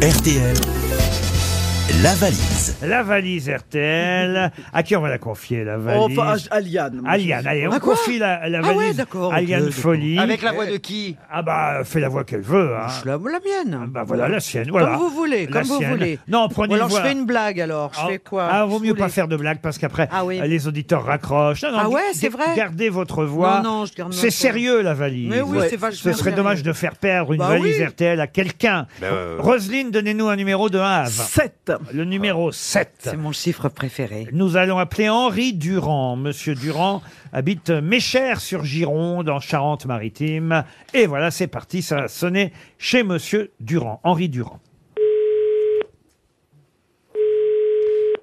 RTL, la valise. La valise RTL. À qui on va la confier, la valise Oh, Enfin, à- à Liane. Aliane, allez, on Ah, quoi confie la, la Ah ouais, valise d'accord, Aliane ok, d'accord. Folie. Avec la voix de qui Ah bah, fais la voix qu'elle veut. Hein. La, Ah, la mienne. Bah voilà, la sienne, voilà. Comme vous voulez, La comme vous sienne. voulez. Non, prenez Ou alors une voix. je fais une blague alors. Je Ah, fais quoi Ah, vaut Je mieux voulais- pas faire de blagues parce qu'après, Ah oui. euh, les auditeurs raccrochent. Non, non, Ah g- ouais, c'est g- vrai. Gardez votre voix. Non, non, je garde ma C'est voix. sérieux, la valise. Mais oui, c'est vachement Ce serait sérieux. dommage de faire perdre une Bah valise oui. RTL à quelqu'un. Roselyne, donnez-nous un numéro de 1 à 20. 7. Le numéro 7. C'est mon chiffre préféré. Nous allons appeler Henri Durand. Monsieur Durand habite Méchère sur Gironde, en Charente-Maritime. Et voilà, c'est parti, ça a sonné chez Monsieur Durand, Henri Durand.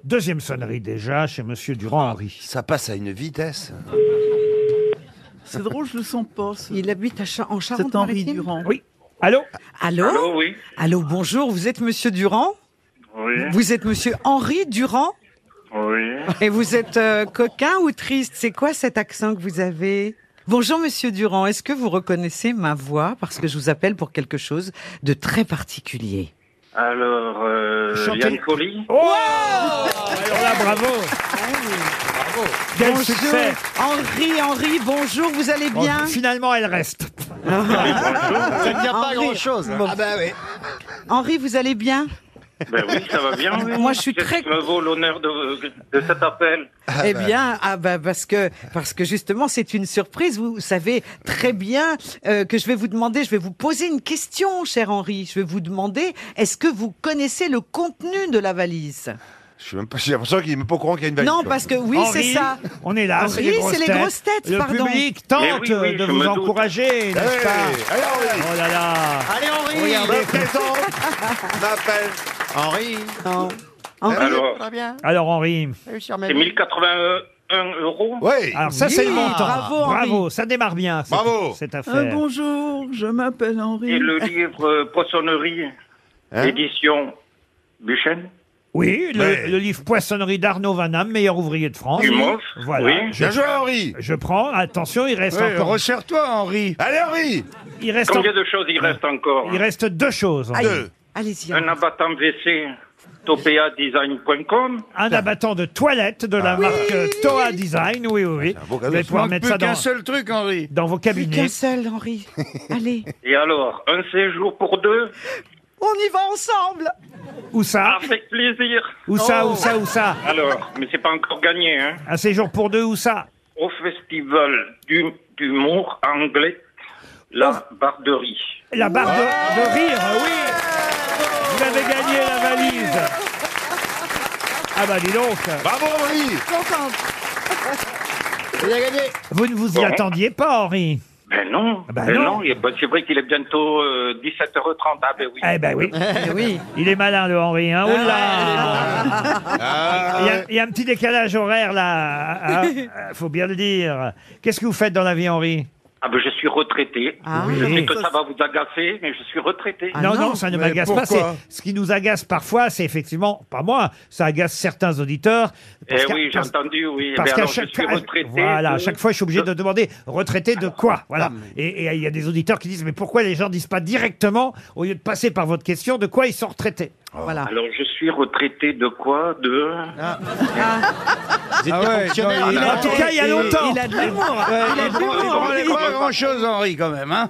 Deuxième sonnerie déjà chez Monsieur Durand Henri. Ça passe à une vitesse. C'est drôle, je le sens pas. ce- Il habite à Cha- en Cet Henri Charente-Maritime. Durand. Oui. Allô Allô Allô, oui. Allô, bonjour, vous êtes monsieur Durand Oui, Vous êtes monsieur Henri Durand oui. Et vous êtes euh, coquin ou triste C'est quoi cet accent que vous avez Bonjour Monsieur Durand, est-ce que vous reconnaissez ma voix Parce que je vous appelle pour quelque chose de très particulier. Alors, euh, Chantez. Yann Folie Oh Alors là, bravo Quel Ah bonjour succès Henri, Henri, bonjour, vous allez Oh, Bon, bien Finalement, elle reste. Ça ne tient pas Henri. grand-chose. Bon. Ah bah oui. Henri, vous allez bien Ben oui, ça va bien. oui. Moi, je suis Qu'est-ce très- qui me vaut l'honneur de, de cet appel. Eh bien, ah bah parce que parce que justement c'est une surprise. Vous savez très bien euh, que je vais vous demander, je vais vous poser une question, cher Henri. Je vais vous demander, est-ce que vous connaissez le contenu de la valise Je suis même pas, j'ai l'impression qu'il est même pas au courant qu'il y a une valise. Non, quoi. parce que oui, Henri, c'est ça. On est là, Henri, c'est les grosses c'est les têtes. grosses têtes, Le pardon. public tente Mais oui, oui, de je vous me doute. encourager, n'est-ce Hey, pas allez, Henri, Oh là là Ah. Allez, Henri me présente, je m'appelle. Henri Non. Henri, Ah Alors, Très bien. Alors Henri, Salut, sur ma c'est vie. 1081 euros Oui. alors ça c'est le Oui, montant. bravo, Henri. ça démarre bien. cette- Bravo. cette Euh, affaire. bonjour, je m'appelle Henri. et le livre euh, Poissonnerie, Hein édition Buchen, Oui, le, Mais- le livre Poissonnerie d'Arnaud Vanham, meilleur ouvrier de France. du Mans. Voilà. Oui. Je, Bien joué, Henri. je prends. Attention, il reste encore. Recherche-toi, Henri. Allez, Henri. Il reste, Combien en- de choses il reste encore il reste deux choses. Henri. Deux. Allez-y. Un abattant WC, topeadesign.com. Un abattant de toilette de la marque euh, Toa Design. Oui, oui, oui. Ah, un beau Vous cadeau, allez ça. pouvoir mettre ça dans, seul truc, Henri. dans vos Plus cabinets. qu'un seul, Henri. Allez, Et alors, un séjour pour deux on y va ensemble. Où ça Avec plaisir. Où ça Oh. Où ça Où ça Alors, mais c'est pas encore gagné, hein Un séjour pour deux, où ça au festival du- d'humour anglais, la barderie. La barre de, de rire, oui Vous avez gagné la valise Ah bah dis donc Bravo, Henri. Il a gagné. Vous ne vous y Bon. attendiez pas, Henri Ben non, Ah ben ben non. non. et ben c'est vrai qu'il est bientôt euh, 17h30. Ah ben oui. Eh ben oui Eh oui. Il est malin, le Henri, hein Oh là Ah, il, y a, il y a un petit décalage horaire, là hein, euh, Faut bien le dire Qu'est-ce que vous faites dans la vie, Henri Ah ben je suis retraité. Ah. Je Oui. sais que ça va vous agacer, mais je suis retraité. Ah non, non, non, ça ne mais m'agace pas. pourquoi c'est- Ce qui nous agace parfois, c'est effectivement, pas moi, ça agace certains auditeurs. parce eh qu'à- oui, j'ai parce- entendu, oui. Eh Parce ben qu'à alors, chaque, je suis retraité. Ah, voilà, à chaque fois, je suis obligé Je- de demander retraité de quoi Voilà. Et et il y a des auditeurs qui disent mais pourquoi les gens disent pas directement au lieu de passer par votre question de quoi ils sont retraités Voilà. Alors je suis retraité de quoi De Vous étiez fonctionnaire. En tout cas, Ah il y a longtemps. Il a de l'humour. Il a de l'humour. Il Henri. pas grand-chose, Henri, quand même. Hein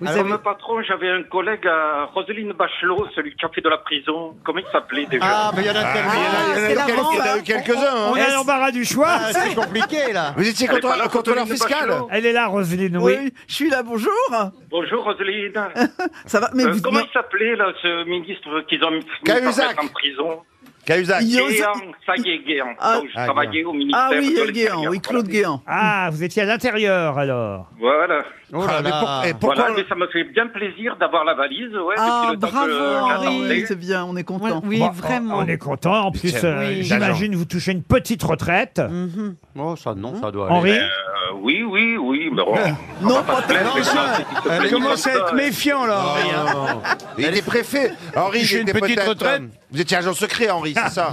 Vous Alors, avez- mon patron, j'avais un collègue à Roselyne Bachelot, celui qui a fait de la prison. Comment il s'appelait déjà ah, mais il y en a il y en tellement. a- il y en a c'est la quelques- il y en a vente, eu quelques-uns. On hein. a l'embarras du choix. Ah, C'est compliqué, là. Vous étiez Elle est pas contre là, contrôleur Roselyne fiscal Bachelot Elle est là, Roselyne. Oui. Oui, je suis là, bonjour. Bonjour Roselyne. Ça va Mais Euh, vous comment non, il s'appelait là ce ministre qu'ils ont mis Cahuzac. en prison Cahuzac. Il y a- Guéant, ça y est Guéant. Ah. Donc, je travaillais au ministère Ah oui, de Guéant, l'Intérieur. oui, Claude Guéant. Ah, vous étiez à l'intérieur alors. Voilà. Oh Ah, là mais pour- là. et pourquoi voilà, mais ça me fait bien plaisir d'avoir la valise. Ouais, Ah, depuis le temps que bravo, euh, Henri. j'attendais. Oui, c'est bien, on est Voilà, content. Oui, Bon, vraiment. Bah, On est content. En plus, Michel, euh, oui. j'imagine vous touchez une petite retraite. Mhm. Oh, ça, non, ça doit Henri, Euh, oui, oui, oui. Mais bon, on Non, va pas pas se plaindre, tellement. c'est grave, c'est qu'il se plaigne comme ça. méfiant, là, Henri. hein. Il était préfet. Henri, Je suis il une était petite peut-être, retraite. euh, Vous étiez agent secret, Henri, c'est ça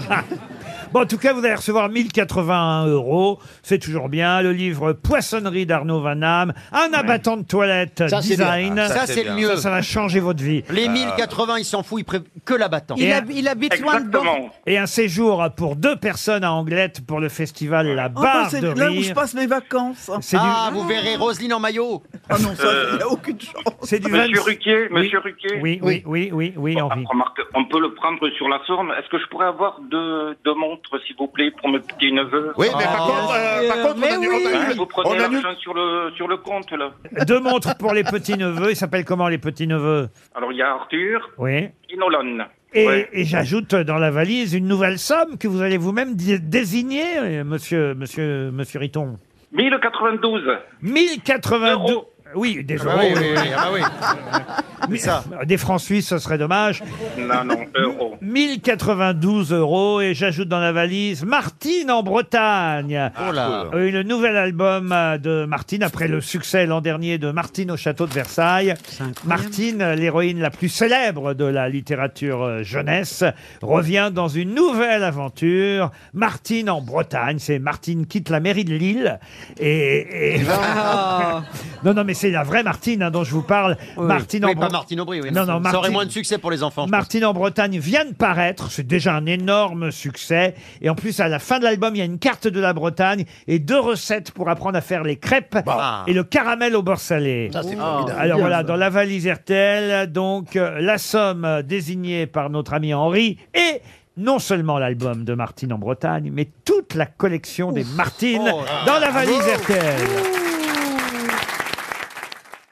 Bon, en tout cas, vous allez recevoir 1081 euros. C'est toujours bien. Le livre Poissonnerie d'Arnaud Van Damme. Un abattant de toilette Ça, c'est bien. design. Ça, c'est le Ça, mieux. ça va changer votre vie. Les 1080, ils s'en foutent, ils prennent que la battant. Il, hab- il habite loin de Bordeaux. Exactement. Et un séjour pour deux personnes à Anglette pour le festival La Oh, Barre bah, c'est de là où je Rire. passe mes vacances. C'est du- Ah, vous verrez Roselyne en maillot. Ah non, ça, il n'y a aucune chance. C'est du Monsieur 26 Ruquier, Oui. monsieur Ruquier. Ah, Oui, oui, oui, oui, oui, Henri. Remarque, on peut le prendre sur la Somme. Est-ce que je pourrais avoir deux, deux montres, s'il vous plaît, pour mes petits neveux Hein, Oui, mais par Ah, contre, euh, par contre, mais on annule, oui. on annule- Ah, Vous on prenez annule l'argent sur le, sur le compte, là. Deux montres pour les petits-neveux. Ils s'appellent comment les petits-neveux Alors, il y a Arthur Oui. et Nolan. Et, Ouais. et j'ajoute dans la valise une nouvelle somme que vous allez vous-même dé- désigner, euh, monsieur, monsieur, monsieur Riton. 1092. 1082. Euros. Oui, des euros. Ah oui, oui, oui, ah bah oui. Mais- Des francs suisses, ce serait dommage. Non, non, euros. 1092 euros. Et j'ajoute dans la valise Martine en Bretagne. Oh Ah. là. Euh, Le nouvel album euh, de Martine, après le succès l'an dernier de Martine au château de Versailles. Martine, euh, l'héroïne la plus célèbre de la littérature euh, jeunesse, revient dans une nouvelle aventure. Martine en Bretagne, c'est Martine quitte la mairie de Lille. Et, et- Ah. Non, non, mais c'est la vraie Martine hein, dont je vous parle. Martine en Oui, pas Bretagne. Martine Aubry, oui. Non, non, Ça aurait Martine- moins de succès pour les enfants. je Martine en Bretagne vient de paraître, c'est déjà un énorme succès. Et en plus, à la fin de l'album, il y a une carte de la Bretagne et deux recettes pour apprendre à faire les crêpes Bah. et le caramel au beurre salé. Oh. pense. Ah. Alors voilà, dans la valise RTL, donc euh, la somme euh, désignée par notre ami Henri et non seulement l'album de Martine en Bretagne, mais toute la collection des Martines Oh là. dans la valise RTL.